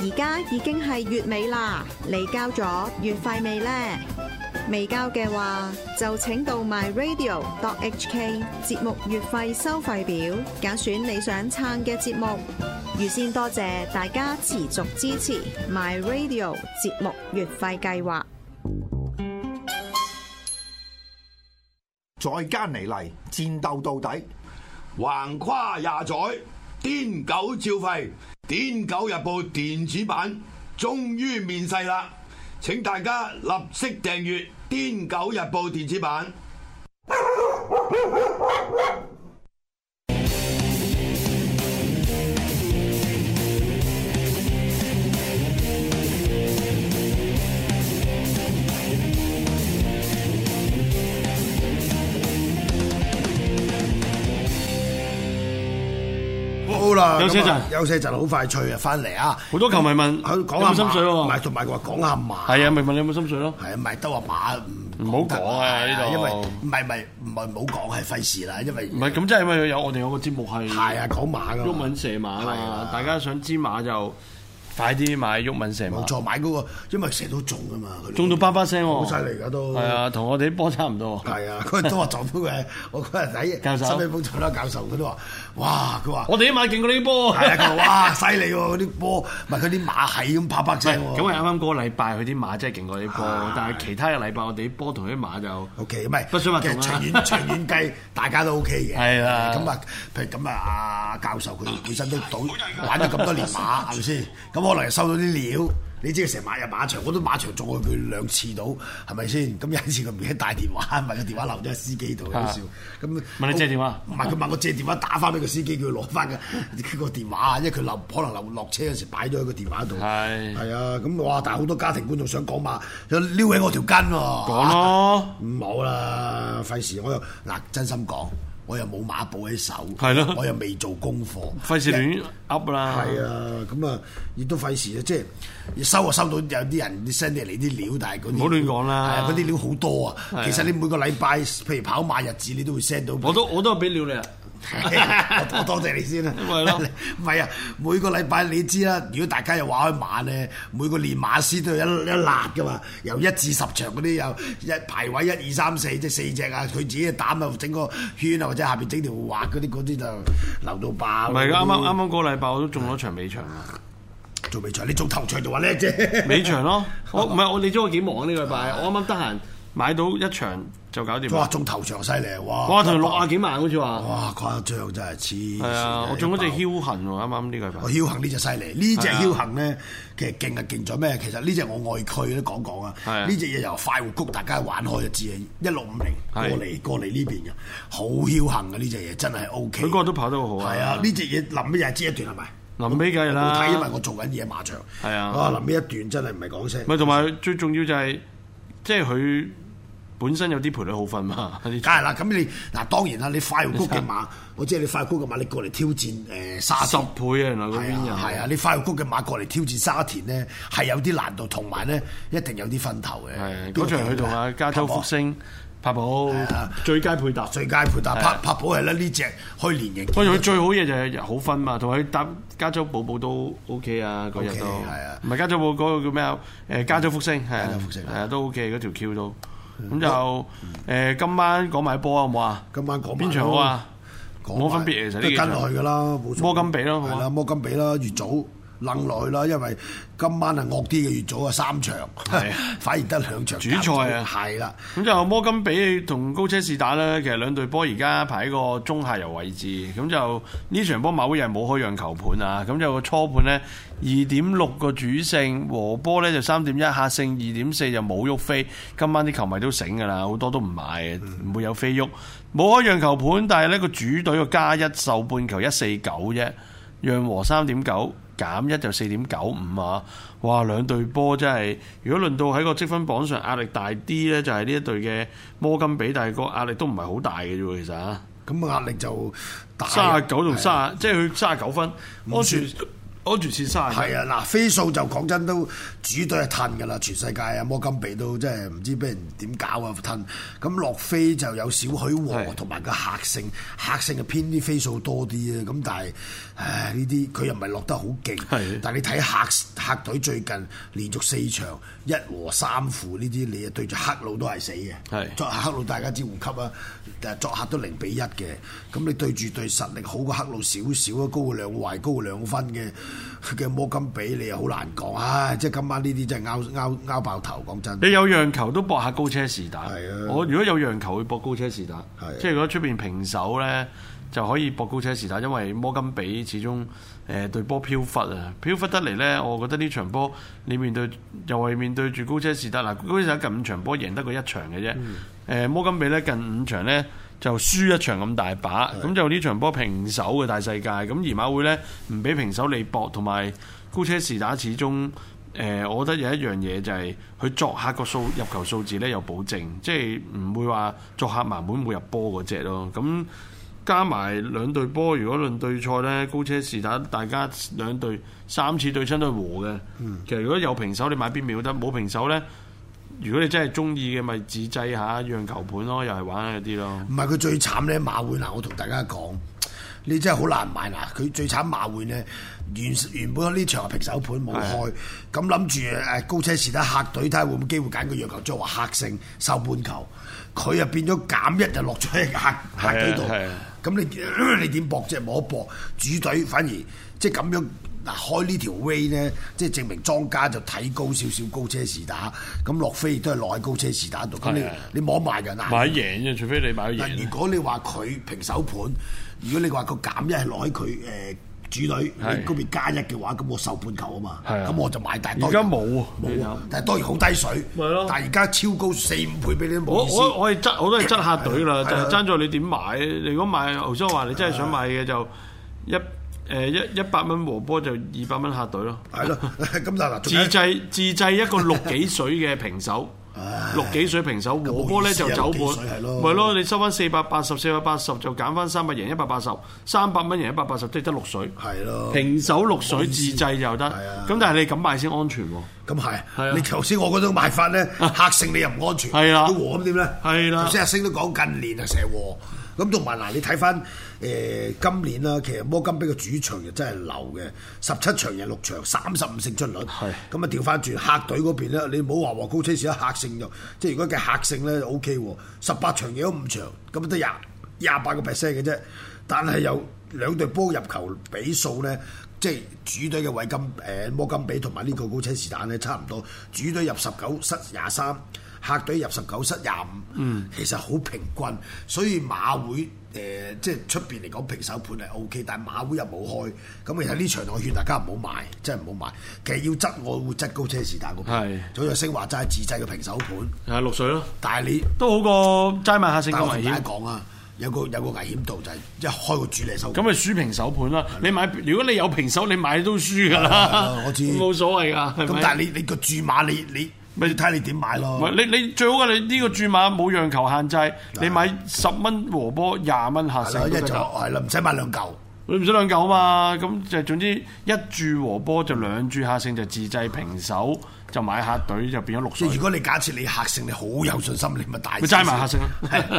而家已經係月尾啦，你交咗月費未呢？未交嘅話，就請到 myradio.hk 節目月費收費表，揀選你想撐嘅節目。預先多謝大家持續支持 myradio 節目月費計劃。再加尼嚟，戰鬥到底。橫跨廿載，癲狗照吠，癲狗日報電子版終於面世啦！請大家立即訂閱癲狗日報電子版。好啦，休息一陣咁啊休息一陣，好快脆啊，翻嚟啊！好多球迷問佢講有下冇心水喎馬唔係同埋話講下馬，係啊，咪問你有冇心水咯？係啊，咪都話馬唔好講啊係呢度因為唔係唔係唔係唔好講係費事啦，因為唔係咁，即係因為有我哋有個節目係係啊講馬㗎嘛鬱敏射馬啊係啊嘛，大家想知馬就快啲買鬱敏射馬冇。錯買嗰個，因為成日都中啊嘛，佢哋中到叭叭聲好喎，犀利㗎都係啊，同我哋啲波差唔多喎。係啊，佢都 話撞到佢，我嗰日教睇授新美風做啦，教授佢都話：，哇！佢話我哋啲馬勁過呢啲波。係啊，佢話哇犀利喎，嗰啲波唔係佢啲馬係咁啪啪聲喎。咁啊係啱啱嗰個禮拜佢啲馬真係勁過呢啲係波，但係其他嘅禮拜我哋啲波同啲馬就 O K，唔係不相伯仲其實長啦 遠長遠計，大家都 O K 嘅。係啦咁啊，譬如咁啊，阿教授佢 本身都賭玩咗咁多年馬，係咪先？咁可能又收到啲料。你知佢成日買入馬場，我都馬場做過佢兩次到，係咪先？咁有一次佢唔記得帶電話，問個電話留咗喺司機度，好笑。咁哦問你借電話唔係佢問我借電話打翻俾個司機，叫佢攞翻嘅個電話，因為佢留可能留落車嗰時擺咗喺個電話度。係係啊，咁哇！但係好多家庭觀眾想講馬，又撩起我條筋喎。講咯。唔好啦，費事我又嗱，真心講，我又冇馬報喺手，係咯我又未做功課，費事亂噏啦，係啊，咁啊，亦都費事啊，即係收啊收到有啲人 send 嚟你啲料，但係嗰啲唔好亂講啦係啊嗰啲料好多啊。係啊其實你每個禮拜，譬如跑馬日子，你都會 send 到。我都我都俾料你啊，我 我多謝你先啦，咪咯 唔係啊，每個禮拜你知啦，如果大家又話開馬咧，每個練馬師都有一一辣噶嘛，由一至十場嗰啲有一排位一二三四即係四隻啊，佢自己嘅膽啊整個圈啊，或者下邊整條畫嗰啲嗰啲就流到爆。唔係㗎啱嗰啱啲啱啱嗰個禮拜我都中咗場尾場啊，做尾場，你做頭場就話叻啫。尾場咯，我唔係我你知我幾忙呢個禮拜，我啱啱得閒買到一場就搞 掂哇！啦，中頭場犀利啊！哇！哇同六啊幾萬好似話，哇！誇張真係黐線係啊，我中咗隻一爆哎僥倖喎，啱啱呢個禮拜哦我。僥倖呢只犀利，呢只係啊僥倖咧，其實勁啊勁咗咩？其實呢只我愛佢都講講啊，係啊呢只嘢由快活谷大家玩開就知啊，一六五零過係嚟過嚟呢邊嘅，好僥倖啊！呢只嘢真係 O K。佢嗰日都跑得好好啊係啊，呢只嘢臨尾又係知一段係咪？臨尾梗係啦我冇睇啊因為我做緊嘢馬場。係啊啊臨尾一段真係唔係講聲。咪同埋最重要就係，即係佢本身有啲賠率好瞓嘛，呢梗場係啦，咁你嗱當然啦，你快活谷嘅馬，我知係你快活谷嘅馬，你過嚟挑戰誒沙十田倍啊，原來嗰邊係又啊，係啊，你快活谷嘅馬過嚟挑戰沙田咧，係有啲難度，同埋咧一定有啲分頭嘅。係啊嗰場佢同阿加州福星拍寶啊最佳配搭，最佳配搭，係拍啊拍寶係啦，呢只開年型。不過佢最好嘢就係好分嘛，同佢搭加州寶寶都 OK 啊，嗰日都 OK，係啊唔係加州寶嗰個叫咩啊？誒加州福星係加啊州福星，嗯係啊都 OK 嗰條 Q 都。咁就誒今晚講埋波好唔好啊？今晚講埋邊場好啊？講冇分埋別其實呢都跟幾場落去㗎啦，冇錯摩金比咯好嘛係啦，摩金比啦，越早。楞落去啦，因為今晚係惡啲嘅，越早啊三場係， 反而得兩場主菜啊係啦，咁就摩金比同高車士打啦，其實兩隊波而家排喺個中下游位置，咁就呢場波馬會又係冇開讓球盤啊，咁就個初盤呢，二點六個主勝，和波呢就三點一客勝，二點四就冇喐飛。今晚啲球迷都醒㗎啦，好多都唔買嘅，唔會有飛喐。冇開讓球盤，但係呢個主隊個加一受半球一四九啫，讓和三點九。減一就四點九五啊！哇，兩隊波真係，如果論到喺個積分榜上壓力大啲呢，就係呢一隊嘅摩金比，但係個壓力都唔係好大嘅啫喎，其實啊，咁壓力就大啊。三十九同三十，即係佢三十九分，安全攞住切沙係啊，嗱，飛數就講真都主隊係褪㗎啦，全世界啊，摩金鼻都真係唔知俾人點搞啊褪。咁落飛就有少許和係同埋個客性，客性就偏啲飛數多啲啊。咁但係，唉呢啲佢又唔係落得好勁係，但係你睇客客隊最近連續四場一和三負呢啲，你啊對住黑佬都係死嘅。係作客黑佬大家知互級啊，誒作客都零比一嘅，咁你對住對實力好過黑佬少少啊，高過兩位，高過兩分嘅嘅摩金比，你又好難講，唉，即係今晚呢啲真係拗拗拗爆頭，講真。你有讓球都搏下高車是打，係啊我如果有讓球會搏高車是打，係啊即係如果出邊平手咧就可以搏高車是打，因為摩金比始終誒、呃、對波飄忽啊，飄忽得嚟咧，我覺得呢場波你面對又係面對住高車是打嗱，高車是打近五場波贏得過一場嘅啫，誒、嗯摩金比咧近五場咧。就輸一場咁大把，咁就呢場波平手嘅大世界，咁而馬會呢，唔俾平手你搏，同埋高車士打始終誒、我覺得有一樣嘢就係佢作客個數入球數字咧有保證，即係唔會話作客盲本冇入波嗰只咯。咁加埋兩隊波，如果論對賽咧，高車士打大家兩隊三次對親都係和嘅。其實如果有平手，你買邊面都得；冇平手咧，如果你真係中意嘅，咪自制下讓球盤咯，又係玩嗰啲咯。唔係佢最慘咧，馬會嗱，我同大家講，你真係好難買嗱。佢最慘馬會咧，原原本呢場係平手盤冇開，咁諗住誒高車士得客隊睇下會唔會機會揀個讓球，即係話客勝收半球，佢又變咗減一就落咗喺客客隊度係啊係啊。咁你 你點搏啫？冇得搏，主隊反而即係咁樣嗱開呢條 way 咧，即係證明莊家就睇高少少高車士打，咁落飛亦都係落喺高車士打度。咁你係啊你摸埋㗎嗱。買贏啫，除非你買但贏如。果你話佢平手盤，如果你話個減一係落喺佢誒主隊，係你嗰邊加一嘅話，咁我受半球啊嘛，係啊咁我就買大。而家冇喎冇你啊諗！但係當然好低水，咪咯但係而家超高四五倍俾你都冇我意我思。我係執我都係執客隊啦，係就啊係爭在你點買。你如果買牛叔話你真係想買嘅就一誒一一百蚊和波就二百蚊客隊咯。係咯， 咁嗱嗱，仲有自製自製一個六幾水嘅平手，六幾水平手和波咧就走咁盤，冇意思啊六幾水係咯咪咯你收翻四百八十四百八十就減翻三百贏一百八十，三百蚊贏一百八十即係得六水，係咯，平手六水冇意思自製又得係啊，咁但係你咁買先安全喎。咁係係啊啊你頭先我嗰種買法咧，客勝你又唔安全，係啦都和咁點咧？係啦頭先阿星都講近年啊成日和，咁同埋嗱，你睇翻誒今年啦，其實摩金比嘅主場又真係流嘅，十七場贏六場，三十五勝出率，係咁啊調翻轉客隊嗰邊咧，你唔好話話高車士啦，客勝就即係如果計客勝咧就 O K 喎，十八場贏咗五場，咁得廿廿八個 percent 嘅啫，但係有兩隊波入球比數咧。即係主隊嘅韋金誒、摩金比同埋呢個高車是但咧，差唔多。主隊入十九失廿三，客隊入十九失廿五，嗯，其實好平均。所以馬會誒、即係出邊嚟講平手盤係 O K，但係馬會又冇開。咁其實呢場我勸大家唔好買，真係唔好買。其實要執我會執高車是但嗰邊係，早就升華齋自製嘅平手盤，係六水咯，但係你。都好過齋買客勝但我同咁危大險家。講啊，有個有個危險度就係一開個主力收。咁啊咪輸平手盤啦！你買，如果你有平手，你買都輸㗎啦係，啊我知 冇所謂㗎，係咁咪？但係你你個注碼你你咪睇你點買唔咯。係你你最好嘅，你呢個注碼冇讓球限制，你買十蚊和波廿蚊下啊係啦，勝一都就得㗎。係啦，唔使買兩嚿。你唔使兩嚿啊嘛，咁就總之一注和波就兩注下勝就自製平手，就買客隊就變咗六即水係。如果你假設你客勝，你好有信心，你咪大少少。咪齋埋客勝啊 咯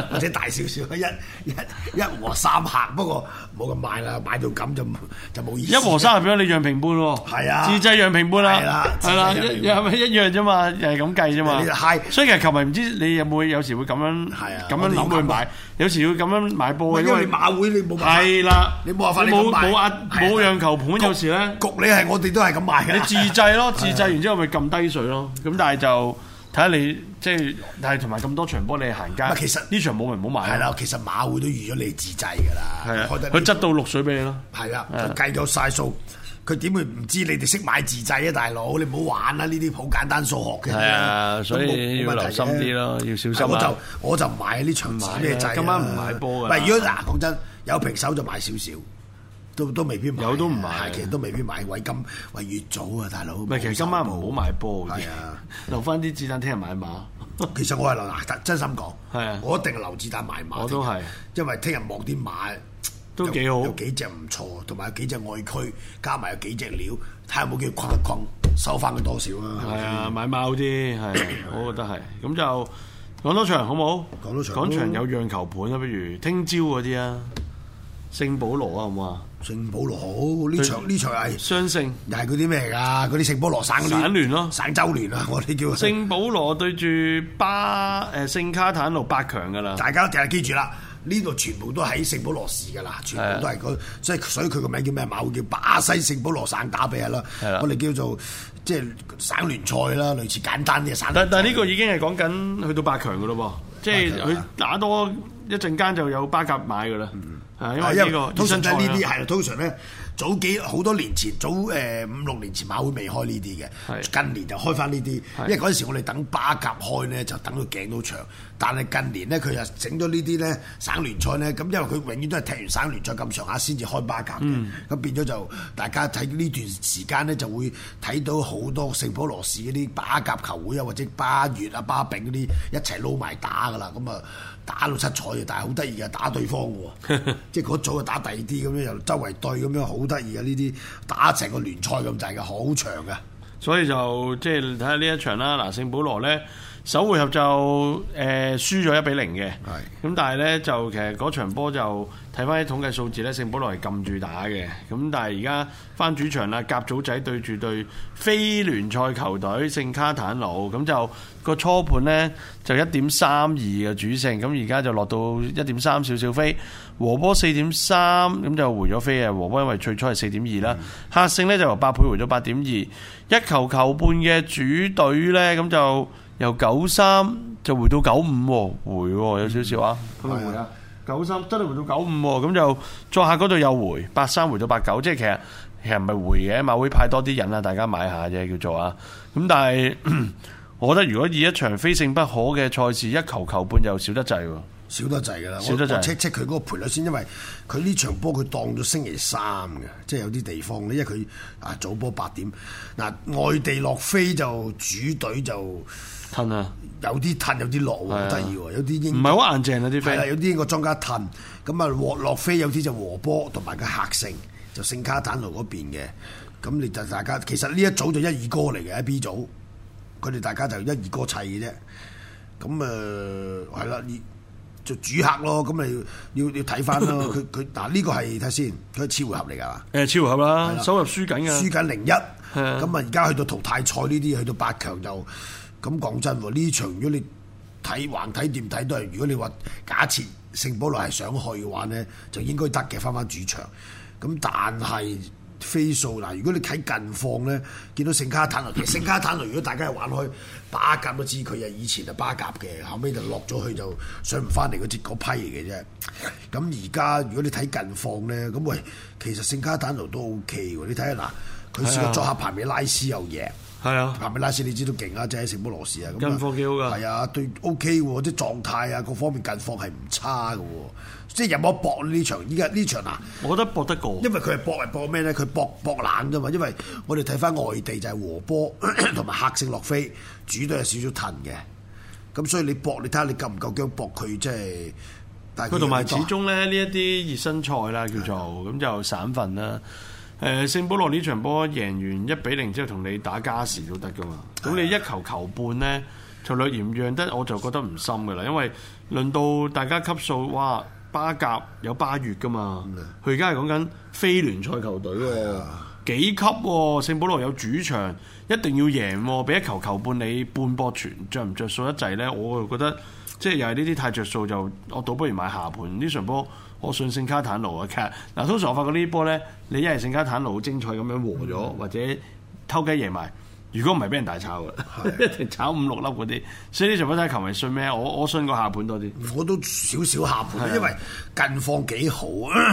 係或者大少少，一一一和三客，不過冇咁買啦，買到咁就唔就冇意思。一和三入咗你讓平半喎，係啊自製讓平半啦，係啦係啦，自製讓平一半係咪一樣啫嘛，又係咁計啫嘛你就嗨。所以其實球迷唔知你有冇有時會咁樣係啊咁我樣哋要諗去諗買，有時要咁樣買波嘅，因因為為你馬會你冇辦法係啦，你冇辦法你咁冇買冇壓係啊冇讓球盤，有時 咧局你係我哋都係咁買㗎。你自製啊咯，自製完之後咪撳低水咯。咁但係就睇下你即係，但係同埋咁多場波你係行唔街，係其實呢場冇咪唔好買係啦，啦，其實馬會都預咗你自製㗎啦。係啊，開得呢佢執到六水俾你咯。係啦，啊佢計咗晒數，佢點會唔知你哋識買自製啊，大佬？你唔好玩啦，呢啲好簡單數學嘅。係啊所以都冇要留心啲冇問咯題嘅要小心啊我就我就唔買呢場紙咩唔買製啦啊。今晚唔買波㗎啦喂，如果嗱講真，有平手就買少少。都都未必買，有都唔買係其實都未必買。喂金，喂月早啊，大佬。唔係，其實今晚唔好買波嘅係啊，留翻啲子彈聽日買馬。其實我係留嗱，真真心講，係啊我一定留子彈買馬。我都係因為聽日望啲馬都有幾好有幾隻唔錯，同埋有幾隻外區，加埋有幾隻料，睇下有冇叫框一框收翻佢多少啊？係啊，買貓啲係， 我覺得係。咁就講多場好冇？講多場講場有讓球盤啊，不如聽朝嗰啲啊，聖保羅啊，好唔好啊？聖保羅好呢場呢場係雙勝，又係嗰啲咩嚟㗎？嗰啲聖保羅省聯省聯咯省州聯啊， 我哋叫聖保羅對住巴誒聖卡坦奴八強㗎啦。大家一定係記住啦。呢度全部都喺聖保羅市㗎啦，全部都啊係嗰，即係所以佢個名叫咩馬會叫巴西聖保羅省打比啦係啦，我哋叫做即係省聯賽啦，類似簡單啲嘅省聯賽。但但呢個已經係講緊去到八強㗎咯噃，即係八強佢啊係打多一陣間就有巴甲買㗎啦。係啊因為呢個通熱常身就賽係呢啲啊係啦，通常咧早幾好多年前，早誒五六年前馬會未開呢啲係嘅，近年就開翻呢啲，因為嗰陣時我哋等巴甲開咧就等到頸都長，但係近年咧佢又整咗呢啲咧省聯賽咧，咁因為佢永遠都係踢完省聯賽咁上下先至開巴甲嘅，咁、變咗就大家睇呢段時間咧就會睇到好多聖保羅市嗰啲巴甲球會啊或者巴越啊巴丙嗰啲一齊撈埋打㗎啦，咁啊打到七彩嘅，但係好得意嘅啊打對方嘅喎，即係嗰組就打第二啲咁樣又周圍對咁樣好得意嘅啊呢啲打成個聯賽咁滯嘅，好長嘅。所以就即係睇下呢一場啦。嗱，聖保羅咧首回合就誒、呃、輸咗一比零嘅，係咁但係咧就其實嗰場波就睇翻啲統計數字咧，聖保羅係撳住打嘅。咁但係而家翻主場啦，甲組仔對住對非聯賽球隊聖卡坦奴，咁就個初盤咧就一點三二嘅主勝，咁而家就落到一點三少少飛，和波四點三，咁就回咗飛啊！和波因為最初係四點二啦，客勝咧就由八倍回咗八點二，一球球半嘅主隊咧咁就由九三就回到九五喎，回喎有少少啊，咁咪回啊！九三真係回到九五喎，咁就作客嗰度又回八三回到八九，即係其實其實唔係回嘅，馬會派多啲人啊，大家買下啫叫做啊。咁但係 我覺得如果以一場非勝不可嘅賽事，一球球半又少得滯喎。少得滯㗎啦，少得滯我 check check 佢嗰個賠率先，因為佢呢場波佢當咗星期三嘅，即係有啲地方咧，因為佢啊早波八點，嗱、外地落飛就主隊就吞啊，有啲褪有啲落喎，係啊好得意喎，有啲唔英係好硬淨啊啲係啦，飛。有啲英國莊家褪，咁啊獲落飛有啲就和波同埋個客勝，就聖卡坦奴嗰邊嘅，咁你就大家其實呢一組就一二哥嚟嘅喺 B 組，佢哋大家就一二哥砌嘅啫，咁誒係啦，你就主客咯，咁你要要要睇翻咯，佢佢嗱呢個係睇下先，佢係次回合嚟㗎嘛。誒超合啦，收入輸緊輸㗎。緊零一，咁啊而家去到淘汰賽呢啲，去到八強就咁講真喎，呢場如果你睇橫睇掂睇都係，如果你話假設聖保羅係想去嘅話呢，就應該得嘅，翻翻主場。咁但係飛數嗱，如果你睇近況呢，見到聖卡坦啊奴，其實聖卡坦奴如果大家係玩開巴甲都知，佢啊以前係巴甲嘅，後尾就落咗去就上唔翻嚟嗰隻嗰批嚟嘅啫。咁而家如果你睇近況呢，咁喂，其實聖卡坦奴都 O K 喎，你睇下嗱，佢試係啊過作客排尾拉斯又贏。係啊，帕米拉斯你知道勁啊，即係聖保羅士啊，咁近況幾好㗎係啊，對 OK 喎，即係狀態啊，各方面近況係唔差嘅喎，即係有冇得搏呢場？依家呢場啊，我覺得搏得過。因為佢係搏係搏咩咧？佢搏搏冷啫嘛，因為我哋睇翻外地就係和 波同埋客勝落飛，主都有少少褪嘅，咁所以你搏你睇下你夠唔夠姜搏佢即係，但係佢同埋始有幾多終咧呢一啲熱身賽啦，叫做咁就散份啦。誒、聖保羅呢場波贏完一比零之後，同你打加時都得噶嘛。咁你一球球半呢，就略嫌讓得，我就覺得唔深噶啦，因為論到大家級數，哇！巴甲有巴越噶嘛，啊佢而家係講緊非聯賽球隊喎、幾級喎、聖保羅有主場，一定要贏喎、俾一球球半你半波全着唔着數一滯呢，我就覺得即係又係呢啲太着數就，我倒不如買下盤呢場波。我信聖卡坦奴啊，其實嗱，通常我發覺呢啲波呢，你一係聖卡坦奴好精彩咁樣和嗯咗，或者偷雞贏埋。如果唔係，俾人大炒嘅，一定 炒五六粒嗰啲。所以呢場波睇球迷信咩？我我信個下盤多啲。啊 我都少少下盤，因為近況幾好，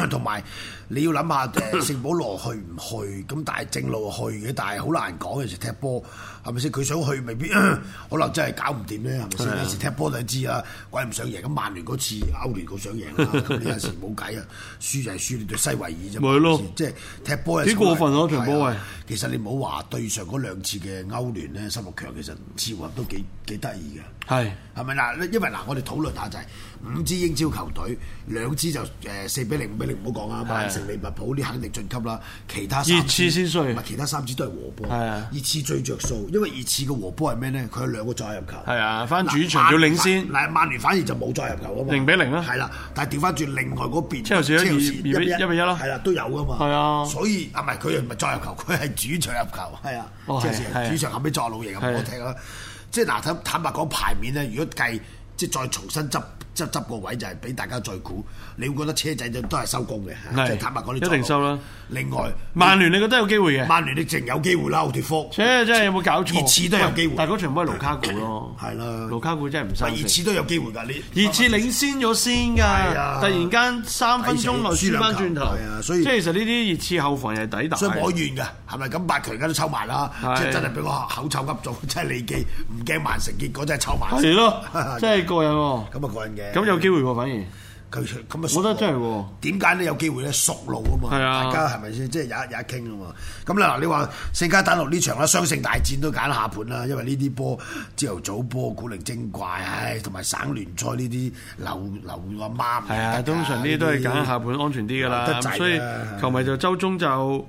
同埋你要諗下誒 聖保羅去唔去？咁但係正路去嘅，但係好難講。有時踢波係咪先？佢想去未必， 可能真係搞唔掂咧，係咪啊先？有時踢波就知啦，鬼唔想贏。咁曼聯嗰次歐聯佢想贏啦， 咁你有時冇計啊，輸就係輸，你對西維爾啫嘛。咪係係咯咪先即係踢波有時幾過分咯係啊場波係其實你唔好話對上嗰兩次嘅歐聯咧，十六強其實次回合都幾幾得意嘅。係係咪嗱？因為嗱，我哋討論下就係、五支英超球隊，兩支就誒四比零、五比零唔好講啊，曼城、利物浦呢肯定晉級啦。其他三熱刺先衰唔係其他三支都係和波。係啊熱刺最着數，因為熱刺嘅和波係咩咧？佢有兩個再入球。係啊返主嗱場曼要領先嗱，曼聯反而就冇再入球啊嘛。 0比0啦係啦，但係調翻轉另外嗰邊，車路士一二二比一比一啦係啦，都有噶嘛。係啊所以啊，唔係佢又唔係再入球， 佢係主場入球。係啊，哦車路係士係啊主場後尾作老贏咁我踢啦。即係嗱，坦坦白講牌面咧，如果計即係再重新執執執個位，就係俾大家再估，你會覺得車仔就都係收工嘅。係即係坦白講，你一定收啦。另外，曼聯你覺得有機會嘅？曼聯你淨有機會啦，奧脱福。切真係有冇搞錯？熱刺都有機會喂但係嗰場波係盧卡古咯，係啦盧卡古真係唔咪熱生性。刺都有機會㗎，你熱刺領先咗先啊哎㗎，突然間三分鐘內輸翻轉頭，係啊所以即係其實呢啲熱刺後防又係抵打所以嘅摸完㗎，係咪咁？八強而家都抽埋啦，係即係真係俾我口臭噏咗， 真係利記唔驚曼城，結果真係抽埋。，係咯 真係過癮喎。咁啊個人嘅。咁有機會喎，反而佢咁啊，我覺得真係喎。點解咧有機會咧熟路啊嘛？係啊大家係咪先？即係有一有一傾啊嘛。咁啦，嗱，你話聖家丹奴呢場啦，雙勝大戰都揀下盤啦，因為呢啲波朝頭早波古靈精怪，唉，同埋省聯賽呢啲流流阿媽唔得㗎係啊，通常呢啲都係揀下盤安全啲得㗎啦，滯啊咁所以球迷就周中就誒、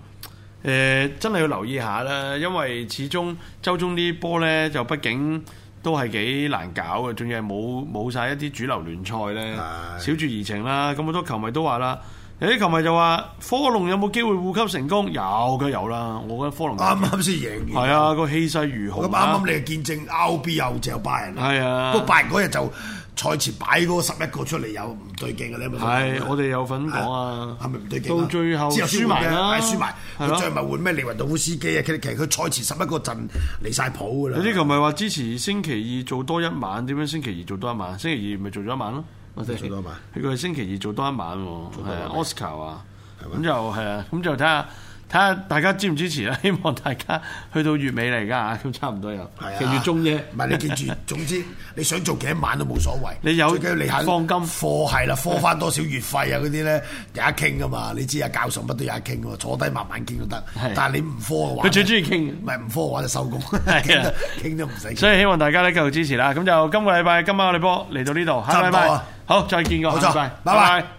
呃真係要留意下啦，因為始終周中呢波呢，就畢竟都係幾難搞嘅，仲要係冇冇曬一啲主流聯賽呢，係小注怡情啦，咁好多球迷都話啦。有啲球迷就話科隆有冇機會護級成功？有嘅有啦，我覺得科隆啱啱先贏係完。啊，個氣勢如咁虹啊啱啱你係見證 RB 又就拜仁啦。係啊不過拜仁嗰日就賽前擺嗰十一個出嚟有唔對勁嘅，你有冇睇到？係，我哋有份講啊，係咪唔對勁啊到最後之後先輸埋換咩啦，係輸埋。係佢咯最後咪換咩利雲道夫斯基啊？其實其實佢賽前十一個陣離晒譜㗎啦。有啲球迷話支持星期二做多一晚，點樣星期二做多一晚？星期二咪做咗一晚咯，我哋做多一晚。佢係星期二做多一晚喎，係啊，Oscar 啊，咁就係啊，咁就睇下睇下大家支唔支持啦。希望大家去到月尾嚟㗎 嚇，咁差唔多有係啊，，其實月中啫。唔係你記 住，總之你想做幾多晚都冇所謂。你有最緊要你肯放金貨係啦，貨翻多少月費啊嗰啲咧有得傾噶嘛。你知啊，教授乜都有得傾噶嘛，坐低慢慢傾都得係。但係你唔科嘅話，佢最中意傾嘅唔係唔科嘅話就收工，啊 傾得傾都唔使傾。所以希望大家咧繼續支持啦。咁就今個禮拜今晚我哋波嚟到呢度，下個禮差唔多拜啊好再見個，冇下錯個禮拜拜拜